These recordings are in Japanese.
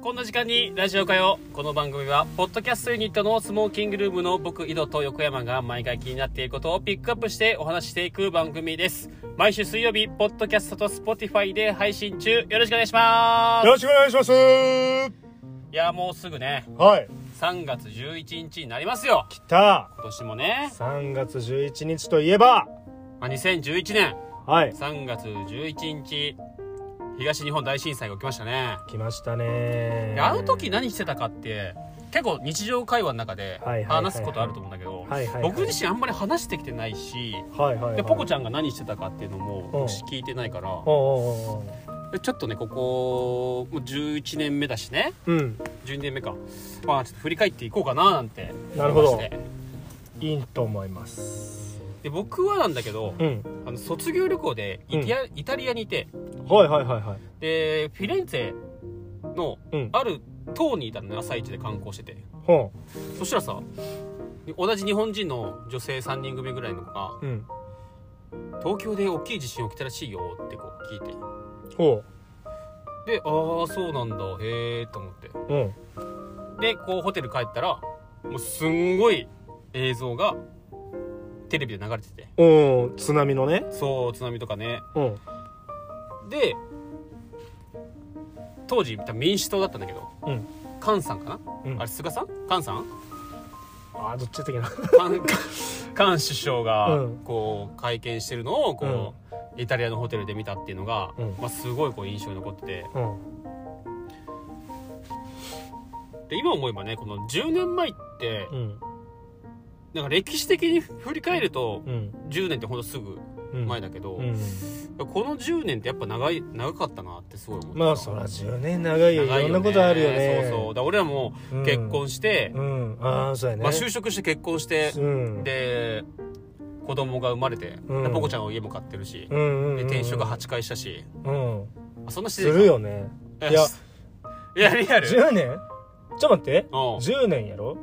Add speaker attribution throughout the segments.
Speaker 1: こんな時間にラジオ会をこの番組はポッドキャストユニットのスモーキングルームの僕井戸と横山が毎回気になっていることをピックアップしてお話ししていく番組です毎週水曜日ポッドキャストと Spotify で配信中よろしくお願いしま
Speaker 2: よろしくお願いしますは
Speaker 1: すいやもうすぐね
Speaker 2: い
Speaker 1: 3月11日になりますよ
Speaker 2: 来た
Speaker 1: 今年もね、
Speaker 2: 3月11日といえば
Speaker 1: まあ、2011年
Speaker 2: はい
Speaker 1: 3月11日東日本大震災が起きましたね
Speaker 2: 来ましたね
Speaker 1: であの時何してたかって結構日常会話の中で
Speaker 2: はいはいはい
Speaker 1: 話すことあると思うんだけど、
Speaker 2: はいはい
Speaker 1: 僕自身あんまり話してきてないし、
Speaker 2: 身はいはいはい
Speaker 1: でポコ
Speaker 2: ゃん
Speaker 1: ちゃんが何してたかっていうのも
Speaker 2: うん
Speaker 1: 僕聞いてないから、
Speaker 2: おうおうおう
Speaker 1: でちょっとねここもう11年目だしね
Speaker 2: おううん
Speaker 1: 12年目かまあちょっと振り返っていこうかななんて
Speaker 2: なるほど
Speaker 1: 思いまして
Speaker 2: いいと思います
Speaker 1: で僕はなんだけど、
Speaker 2: うん
Speaker 1: あの卒業旅行でイタリア,、イタリアにいて
Speaker 2: はいはいはいはい
Speaker 1: でフィレンツェの
Speaker 2: うん
Speaker 1: ある塔にいたのね朝一で観光してて
Speaker 2: ほ
Speaker 1: そしたらさ同じ日本人の女性3人組ぐらいの子が
Speaker 2: ううん
Speaker 1: 「東京で大きい地震起きたらしいよ」ってこう聞いて
Speaker 2: ほ
Speaker 1: でああそうなんだへえと思って
Speaker 2: ううん
Speaker 1: でこうホテル帰ったらもうすんごい映像がテレビで流れてて
Speaker 2: おう津波のね
Speaker 1: そう津波とかね
Speaker 2: うん
Speaker 1: で当時多分民主党だったんだけど
Speaker 2: うん
Speaker 1: 菅さんかな、
Speaker 2: うん
Speaker 1: あれ菅さん菅さん
Speaker 2: あーどっち的な
Speaker 1: 菅菅首相が
Speaker 2: うん
Speaker 1: こう会見してるのをこうイタリアのホテルで見たっていうのが、
Speaker 2: うん
Speaker 1: まあ、すごいこう印象に残ってて
Speaker 2: うん
Speaker 1: で今思えばねこの10年前って
Speaker 2: うん
Speaker 1: なんか歴史的に振り返ると
Speaker 2: うん
Speaker 1: 10年ってほんとすぐ
Speaker 2: うん
Speaker 1: 前だけど、
Speaker 2: うん
Speaker 1: この10年ってやっぱ長い長かったなってすごい思って
Speaker 2: まあそら10年長いよい
Speaker 1: 長
Speaker 2: ろんなことあるよね
Speaker 1: そうそうだから俺らも
Speaker 2: うん
Speaker 1: 結婚して、
Speaker 2: うんああそうやね
Speaker 1: まあ、就職して結婚して、
Speaker 2: うん
Speaker 1: で子供が生まれて、
Speaker 2: うん
Speaker 1: でポコちゃんの家も買ってるし、
Speaker 2: うんうんうんうん
Speaker 1: で転職が8回したし、
Speaker 2: うん
Speaker 1: あそんなし
Speaker 2: す
Speaker 1: てない
Speaker 2: るよねいや
Speaker 1: いやリアル
Speaker 2: 10年ちょっと待って
Speaker 1: うん
Speaker 2: 10年やろ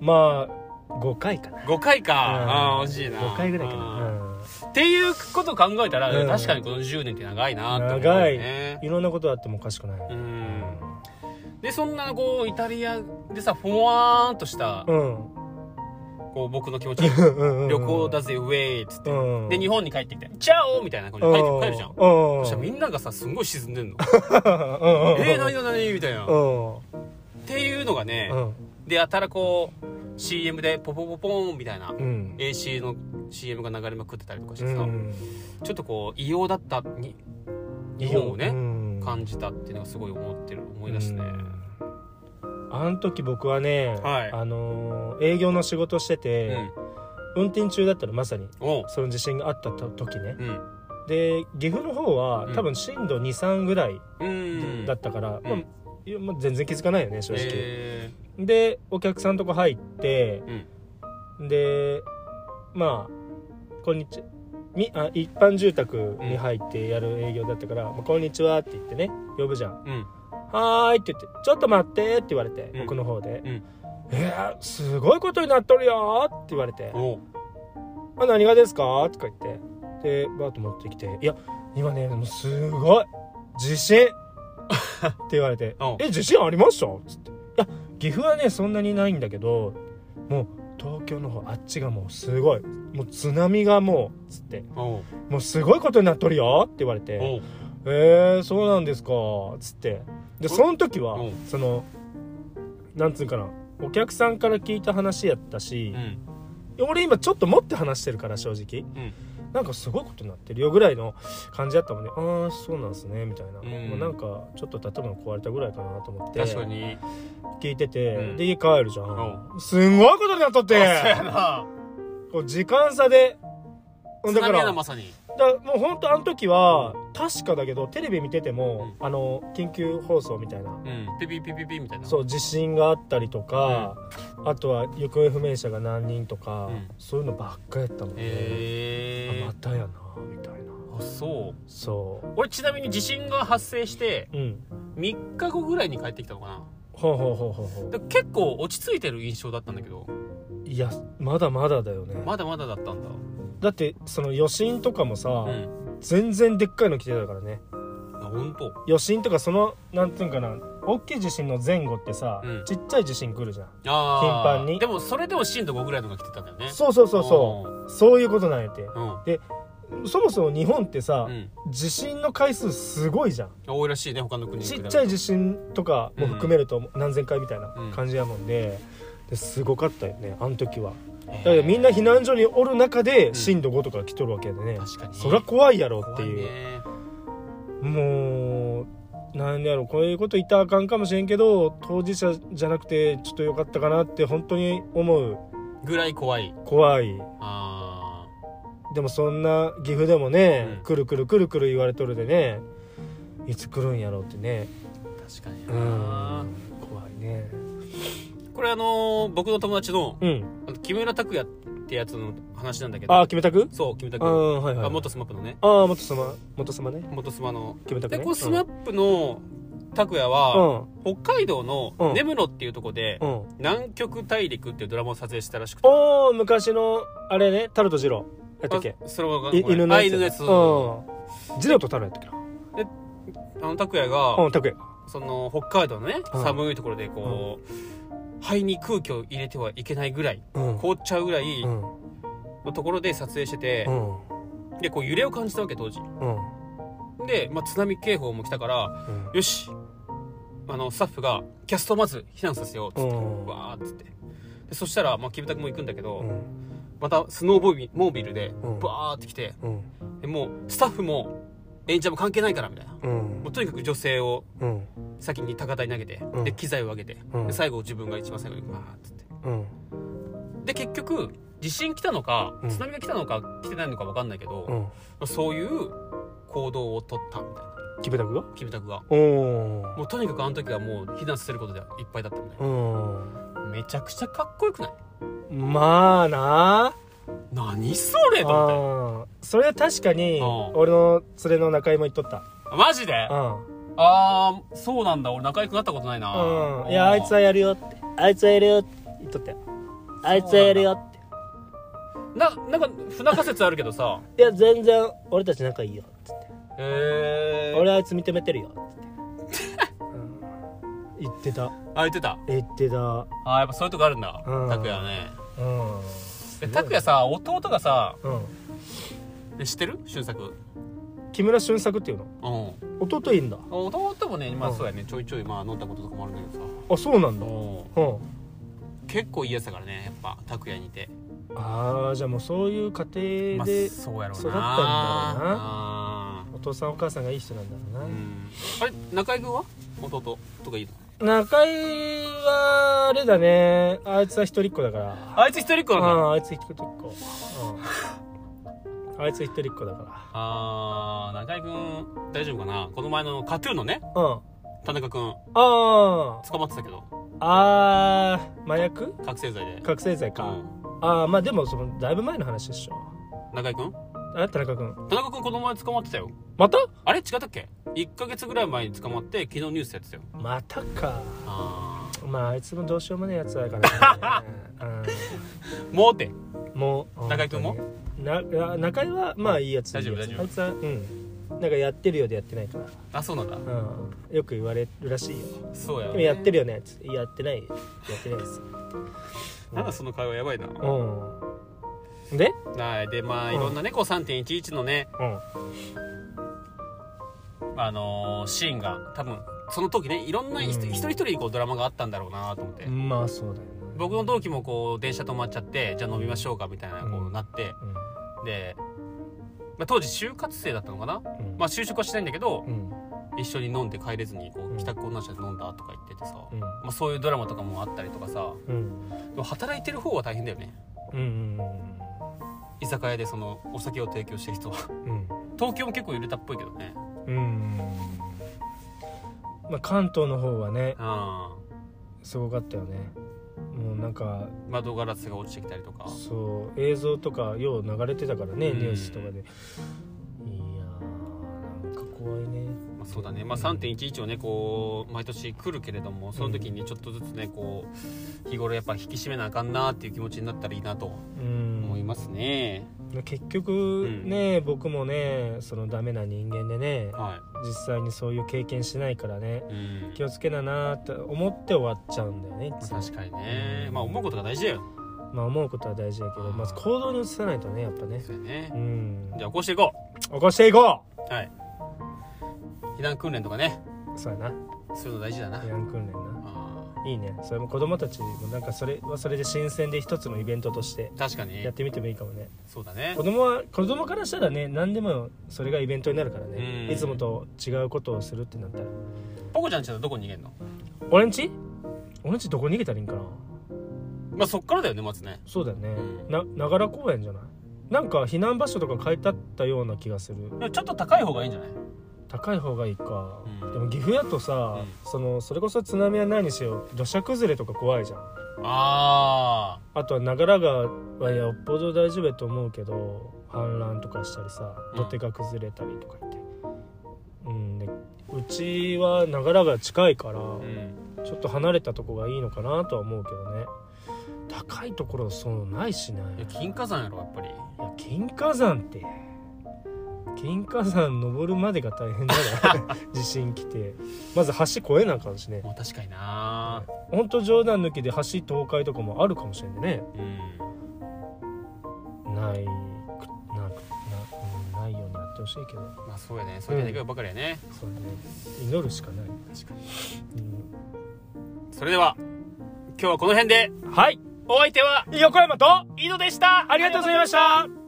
Speaker 2: まあ5回かな
Speaker 1: 5回か
Speaker 2: うん
Speaker 1: あー惜しいな
Speaker 2: 5回ぐらいかな
Speaker 1: うんっていうことを考えたら
Speaker 2: うん
Speaker 1: 確かにこの10年って長いなって思う
Speaker 2: 長い
Speaker 1: よね
Speaker 2: いろんなことあってもおかしくないうね
Speaker 1: んでそんなこうイタリアでさふわーんとした
Speaker 2: うん
Speaker 1: こう僕の気持ち
Speaker 2: 旅
Speaker 1: 旅行だぜウェイっつってで日
Speaker 2: 本
Speaker 1: 本に帰ってきて「チャオ!」みたいな感じで帰って帰るじゃんそ
Speaker 2: そ
Speaker 1: したらみ
Speaker 2: なん
Speaker 1: ながさすんごい沈んでんの「え
Speaker 2: え
Speaker 1: ー、何々何?」みたいなっ
Speaker 2: うん
Speaker 1: ていうのがね
Speaker 2: うん
Speaker 1: でやたらこう CM でポポポポーンみたいな
Speaker 2: うん
Speaker 1: AC の CM が流れまくってたりとかし
Speaker 2: う
Speaker 1: てさ、
Speaker 2: ん
Speaker 1: ちょっとこう異様だったに日本をね、
Speaker 2: うん
Speaker 1: 感じたっていうのがすごい思ってる思い出すね、
Speaker 2: うんあの時僕はね、
Speaker 1: はい
Speaker 2: あのー営業の仕事して
Speaker 1: うん
Speaker 2: て、運転中だったのまさに
Speaker 1: おう
Speaker 2: その地震があったと時ね
Speaker 1: うん
Speaker 2: で岐阜の方は
Speaker 1: うん
Speaker 2: 多分震度23ぐらい
Speaker 1: うん
Speaker 2: だったから、
Speaker 1: うん
Speaker 2: まあいやまあ全然気づかないよね正直、
Speaker 1: え
Speaker 2: でお客さんとこ入って
Speaker 1: ー、うん
Speaker 2: でまあこんにちみあ一般住宅に入ってやる営業だったから「まあ、こんにちは」って言ってね呼ぶじゃん
Speaker 1: うん
Speaker 2: はーいって言って、ちょっと待ってって言われて、
Speaker 1: うん
Speaker 2: 僕の方で、
Speaker 1: うん
Speaker 2: えー、すごいことになっとるよーって言われて、
Speaker 1: おう
Speaker 2: あ、何がですかとか言って、で、バーッと持ってきて、いや、今ね、もうすごい地震って言われて
Speaker 1: うん、
Speaker 2: え、地震ありましたつって。いや、岐阜はね、そんなにないんだけど、もう東京の方、あっちがもうすごい、もう津波がもう、つって、
Speaker 1: おう
Speaker 2: もうすごいことになっとるよーって言われて、
Speaker 1: おう
Speaker 2: えー、そうなんですかつってでその時は
Speaker 1: うん
Speaker 2: そのなんつうんかなお客さんから聞いた話やった
Speaker 1: う
Speaker 2: し、
Speaker 1: ん
Speaker 2: 俺今ちょっと持って話してるから正直、
Speaker 1: うん
Speaker 2: なんかすごいことになってるよぐらいの感じだったもんねああそうなんですねみたいな、
Speaker 1: うん
Speaker 2: まあなんかちょっと建物壊れたぐらいかなと思って
Speaker 1: 確かに
Speaker 2: 聞いてて、
Speaker 1: うん
Speaker 2: で家帰るじゃ
Speaker 1: お
Speaker 2: ん、
Speaker 1: う
Speaker 2: すんごいことになっとっ
Speaker 1: あそうや
Speaker 2: て
Speaker 1: な
Speaker 2: こう時間差で
Speaker 1: 津
Speaker 2: だか
Speaker 1: 波や
Speaker 2: ら
Speaker 1: なまさに
Speaker 2: だからもう本当あの時は確かだけどテレビ見てても、あの緊急放送みたいな
Speaker 1: うんピピピピピみたいな
Speaker 2: そう地震があったりとか、あとは行方不明者が何人とか、
Speaker 1: うん
Speaker 2: そういうのばっかやったもんね、あ
Speaker 1: え
Speaker 2: またやなみたい
Speaker 1: ー、
Speaker 2: な
Speaker 1: あそう
Speaker 2: そ
Speaker 1: 俺ちなみに地震が発生して
Speaker 2: ううん
Speaker 1: 3日後ぐらいに帰ってきたのかな
Speaker 2: ほうほうほうほうほ
Speaker 1: で結構落ち着いてる印象だったんだけど
Speaker 2: ういやまだまだだよね、
Speaker 1: まだまだだったんだ
Speaker 2: だってその余震とかもさ、
Speaker 1: うん
Speaker 2: 全然でっかいの来てたからね
Speaker 1: あ本当
Speaker 2: 余震とかそのなんていうんかな大きい地震の前後ってさ、
Speaker 1: うん
Speaker 2: ちっちゃい地震来るじゃん
Speaker 1: あー
Speaker 2: 頻繁に
Speaker 1: でもそれでも震度5ぐらいのが来てたんだよね
Speaker 2: そうそうそうそうそういうことなんやて
Speaker 1: うん
Speaker 2: そもそも日本ってさ、
Speaker 1: うん
Speaker 2: 地震の回数すごいじゃん
Speaker 1: 多いらしいね他の国に比
Speaker 2: ち
Speaker 1: べ
Speaker 2: っ
Speaker 1: る
Speaker 2: ちゃい地震とかも含めると何千回みたいな
Speaker 1: うん
Speaker 2: 感じやもんで,、ですごかったよねあの時は
Speaker 1: えー
Speaker 2: だからみんな避難所におる中
Speaker 1: ん
Speaker 2: で震度5とか来とるわけでね、
Speaker 1: 確かに
Speaker 2: そりゃ怖いやろって
Speaker 1: 怖い
Speaker 2: いう
Speaker 1: ね
Speaker 2: もうなんやろこういうこと言ったらあかんかもしれんけど当事者じゃなくてちょっとよかったかなって本当に思う
Speaker 1: ぐらい怖い
Speaker 2: 怖い
Speaker 1: あ
Speaker 2: でもそんな岐阜でもね、
Speaker 1: うん
Speaker 2: くるくるくるくる言われとるでねいつ来るんやろうってね
Speaker 1: ー確かに
Speaker 2: う
Speaker 1: なん
Speaker 2: 怖いね
Speaker 1: これあのー僕の友達の
Speaker 2: うん
Speaker 1: あの木村拓哉ってやつの話なんだけ
Speaker 2: あ
Speaker 1: ど
Speaker 2: あ決めたく
Speaker 1: そう木村
Speaker 2: あ
Speaker 1: 拓哉
Speaker 2: あはいはい
Speaker 1: あ元スマップのね
Speaker 2: ああ元様元様ね
Speaker 1: 元スマの
Speaker 2: 決めたく
Speaker 1: で
Speaker 2: ね
Speaker 1: こうスマップの拓哉
Speaker 2: う
Speaker 1: は
Speaker 2: ん
Speaker 1: 北海道の
Speaker 2: うん
Speaker 1: 根室っていうとこで
Speaker 2: うんうん
Speaker 1: 南極大陸っていうドラマを撮影したらしくて
Speaker 2: おー昔のあれねタロとジロやったっけ
Speaker 1: あそれは
Speaker 2: い
Speaker 1: ごめん
Speaker 2: 犬の
Speaker 1: あ
Speaker 2: やつ
Speaker 1: 犬のやつ
Speaker 2: うんジロとタロやったっけな
Speaker 1: あの拓哉が
Speaker 2: うんタクや
Speaker 1: その北海道のね
Speaker 2: うん
Speaker 1: 寒いところでこう肺に空気を入れてはいけないぐらい
Speaker 2: うん
Speaker 1: 凍っちゃうぐらい
Speaker 2: うん
Speaker 1: のところで撮影してて
Speaker 2: うん
Speaker 1: でこう揺れを感じたわけ当時
Speaker 2: うん
Speaker 1: で、まあ、津波警報も来たからよしあのスタッフがキャストをまず避難させようっつって
Speaker 2: うん
Speaker 1: わーっつってでそしたら、まあ、キムタクも行くんだけど、
Speaker 2: うん
Speaker 1: またスノーボービモービルで
Speaker 2: うん
Speaker 1: バーって来て
Speaker 2: うん
Speaker 1: でもうスタッフも演者も関係ないからみたいな
Speaker 2: うん
Speaker 1: もうとにかく女性を
Speaker 2: うん
Speaker 1: 先に高台に投げて、
Speaker 2: うん
Speaker 1: で機材を上げて、
Speaker 2: うん
Speaker 1: で最後自分が一番最後にバーっつって
Speaker 2: うん
Speaker 1: で結局地震来たのか
Speaker 2: うん
Speaker 1: 津波が来たのか来てないのか分かんないけど、
Speaker 2: う
Speaker 1: ま
Speaker 2: ん
Speaker 1: あそういう行動を取ったみたいな
Speaker 2: 決めたくが
Speaker 1: キムタクが
Speaker 2: おお
Speaker 1: もうとにかくあの時はもう避難させることでいっぱいだったみたい
Speaker 2: うん
Speaker 1: なめちゃくちゃかっこよくない
Speaker 2: まあなあ
Speaker 1: 何それと思っ
Speaker 2: あそれは確かに
Speaker 1: うん
Speaker 2: 俺の連れの中居も言っとった
Speaker 1: てマジで
Speaker 2: う
Speaker 1: ああそうなんだ俺仲良くなったことないな、
Speaker 2: んうんいやあいつはやるよってあいつはやるよって言っとったよあいつはやるよって
Speaker 1: ななんか不仲説あるけど さ
Speaker 2: いや全然俺たち仲いいよっつって
Speaker 1: へえ
Speaker 2: 俺あいつ認めて るよっつって、うん言ってた
Speaker 1: あ言ってた
Speaker 2: 言ってた
Speaker 1: あーやっぱそういうとこあるんだ
Speaker 2: うん
Speaker 1: 拓哉はね
Speaker 2: う
Speaker 1: で
Speaker 2: ん
Speaker 1: 拓哉さ弟がさ
Speaker 2: うん
Speaker 1: え知ってる俊作
Speaker 2: 木村俊作っていうの
Speaker 1: うん
Speaker 2: 弟いいんだ
Speaker 1: 弟もねまあ
Speaker 2: うん
Speaker 1: そうやねちょいちょいまあ飲んだこととかもあるんだけどさ
Speaker 2: あそうなんだうん
Speaker 1: 結構いいやつだからねやっぱ拓哉にいて
Speaker 2: ああじゃあもうそういう家
Speaker 1: ま
Speaker 2: 庭
Speaker 1: あ
Speaker 2: で
Speaker 1: そうやろうな
Speaker 2: 育ったんだろうな
Speaker 1: あ
Speaker 2: お父さんお母さんがいい人なんだろ
Speaker 1: ーう
Speaker 2: うな、
Speaker 1: んあれ中居君は弟とかいいの
Speaker 2: 中居はあれだねあいつは一人っ子だから
Speaker 1: あいつ一人っ子
Speaker 2: あ
Speaker 1: なんだ
Speaker 2: ああいつ一人っ子、 うん、あいつ一人っ子だか
Speaker 1: あー中居君大丈夫かなこの前のカトゥーンのね
Speaker 2: らうん
Speaker 1: 田中君
Speaker 2: あ
Speaker 1: 捕まってたけど
Speaker 2: ああー麻薬
Speaker 1: 覚醒剤で
Speaker 2: 覚醒剤か、
Speaker 1: うん
Speaker 2: ああまあでもそのだいぶ前の話でしょ
Speaker 1: 中居君
Speaker 2: あ田中君
Speaker 1: 田中君この前捕まってたよ
Speaker 2: また
Speaker 1: あれ違ったっけ1ヶ月ぐらい前に捕まって昨日ニュースやってたよ
Speaker 2: またか
Speaker 1: あ
Speaker 2: まああいつもどうしようもねえやつだからね、
Speaker 1: もうて
Speaker 2: うん、もう
Speaker 1: 中居君も
Speaker 2: なな中居はまあいいやつ
Speaker 1: 大丈夫
Speaker 2: いいや
Speaker 1: 大丈
Speaker 2: つ
Speaker 1: 夫
Speaker 2: あいつはうんなんかやってるようでやってないから
Speaker 1: あそうなんだ
Speaker 2: うん、よく言われるらしいよ。
Speaker 1: そうや
Speaker 2: で
Speaker 1: よ
Speaker 2: も
Speaker 1: ね
Speaker 2: やってるよねっつって。やってないよ。やってないです。
Speaker 1: なんだその会話やばいな
Speaker 2: うん。で、
Speaker 1: はいでまあいろんなねこう3.11のね
Speaker 2: うん、
Speaker 1: あのーシーンが多分その時ねいろんな一人
Speaker 2: うん
Speaker 1: 一人一人にこうドラマがあったんだろうなと思って
Speaker 2: まあそうだよね。
Speaker 1: 僕の同期もこう電車止まっちゃってじゃあ飲みましょうかみたいなこうなってで、まあ、当時就活生だったのかな
Speaker 2: うん、うん、
Speaker 1: まあ就職はしてないんだけど
Speaker 2: うん、
Speaker 1: 一緒に飲んで帰れずにこ
Speaker 2: う
Speaker 1: うん帰宅困難者で飲んだとか言っててさ、
Speaker 2: うん、
Speaker 1: まあ、そういうドラマとかもあったりとかさ
Speaker 2: うん、
Speaker 1: でも働いてる方は大変だよね
Speaker 2: うん、うん、
Speaker 1: 居酒屋でそのお酒を提供してる人は
Speaker 2: うん、
Speaker 1: 東京も結構揺れたっぽいけどね
Speaker 2: うん、うん。まあ関東の方はね
Speaker 1: う、ん
Speaker 2: すごかったよね。もうなんか
Speaker 1: 窓ガラスが落ちてきたりとか
Speaker 2: そう映像とかよう流れてたからね、
Speaker 1: うん
Speaker 2: ニュースとかで。いやーなんか怖いね。
Speaker 1: まあそうだね、まあ、3.11をねこう毎年来るけれどもその時にちょっとずつねこう日頃やっぱ引き締めなあかんなっていう気持ちになったらいいなと
Speaker 2: うん
Speaker 1: 思いますね、
Speaker 2: 結局ね、僕もねそのダメな人間でね
Speaker 1: は
Speaker 2: 実際にそういう経験しないからね
Speaker 1: い、うん
Speaker 2: 気をつけななって思って終わっちゃうんだよねい
Speaker 1: まあ
Speaker 2: つも
Speaker 1: 確かにねまあ思うことが大事だよ
Speaker 2: まあ思うことは大事だけど
Speaker 1: うん
Speaker 2: まず行動に移さないとねやっぱね
Speaker 1: そうだね
Speaker 2: うん
Speaker 1: じゃあこうしていこ
Speaker 2: 起こしていこ
Speaker 1: うはい避難訓練とかね
Speaker 2: うそうやな
Speaker 1: そういうの大事だな
Speaker 2: 慰安訓練な
Speaker 1: あ
Speaker 2: いいねそれも子供たちもなんかそれはそれで新鮮で一つのイベントとして
Speaker 1: ー確か
Speaker 2: や
Speaker 1: に
Speaker 2: ってみてもいいかもね
Speaker 1: そうだね
Speaker 2: 子供は子供からしたらね何でもそれがイベントになるから
Speaker 1: うん
Speaker 2: ねいつもと違うことをするってなったら
Speaker 1: ポコちゃんちはどこに逃げんの
Speaker 2: 俺んち俺んちどこ逃げたらいいんかな
Speaker 1: まあそっからだよねまずね
Speaker 2: そうだよね
Speaker 1: うん
Speaker 2: なながら公園じゃないなんか避難場所とか書いてあったような気がする
Speaker 1: でもちょっと高い方がいいんじゃない
Speaker 2: 高い方がいいか、
Speaker 1: うん
Speaker 2: でも岐阜やとさ、
Speaker 1: う
Speaker 2: そのそれこそ津波はないにせよ土砂崩れとか怖いじゃん
Speaker 1: あ
Speaker 2: あとは長良川はよっぽど大丈夫やと思うけど氾濫とかしたりさ
Speaker 1: うん
Speaker 2: 土手が崩れたりとかって、うんでうちは長良川近いから、
Speaker 1: あうん
Speaker 2: ちょっと離れたとこがいいのかなとは思うけどね高いところそうないしね
Speaker 1: いや金華山やろやっぱり
Speaker 2: いや金華山って金華山登るまでが大変だ な地震来てまず橋越えなあかんしね
Speaker 1: まあ確かにな
Speaker 2: ほんと冗談抜きで橋倒壊とかもあるかもしれんね
Speaker 1: うん
Speaker 2: ないくなくな,、うん、ないようにやってほしいけど
Speaker 1: まあそうやねそういう出来事ばかりやね
Speaker 2: そうね祈るしかない、
Speaker 1: 確かに
Speaker 2: う
Speaker 1: それでは今日はこの辺で
Speaker 2: んはい
Speaker 1: お相手は
Speaker 2: 横山と
Speaker 1: 井戸でした
Speaker 2: ありがとうございました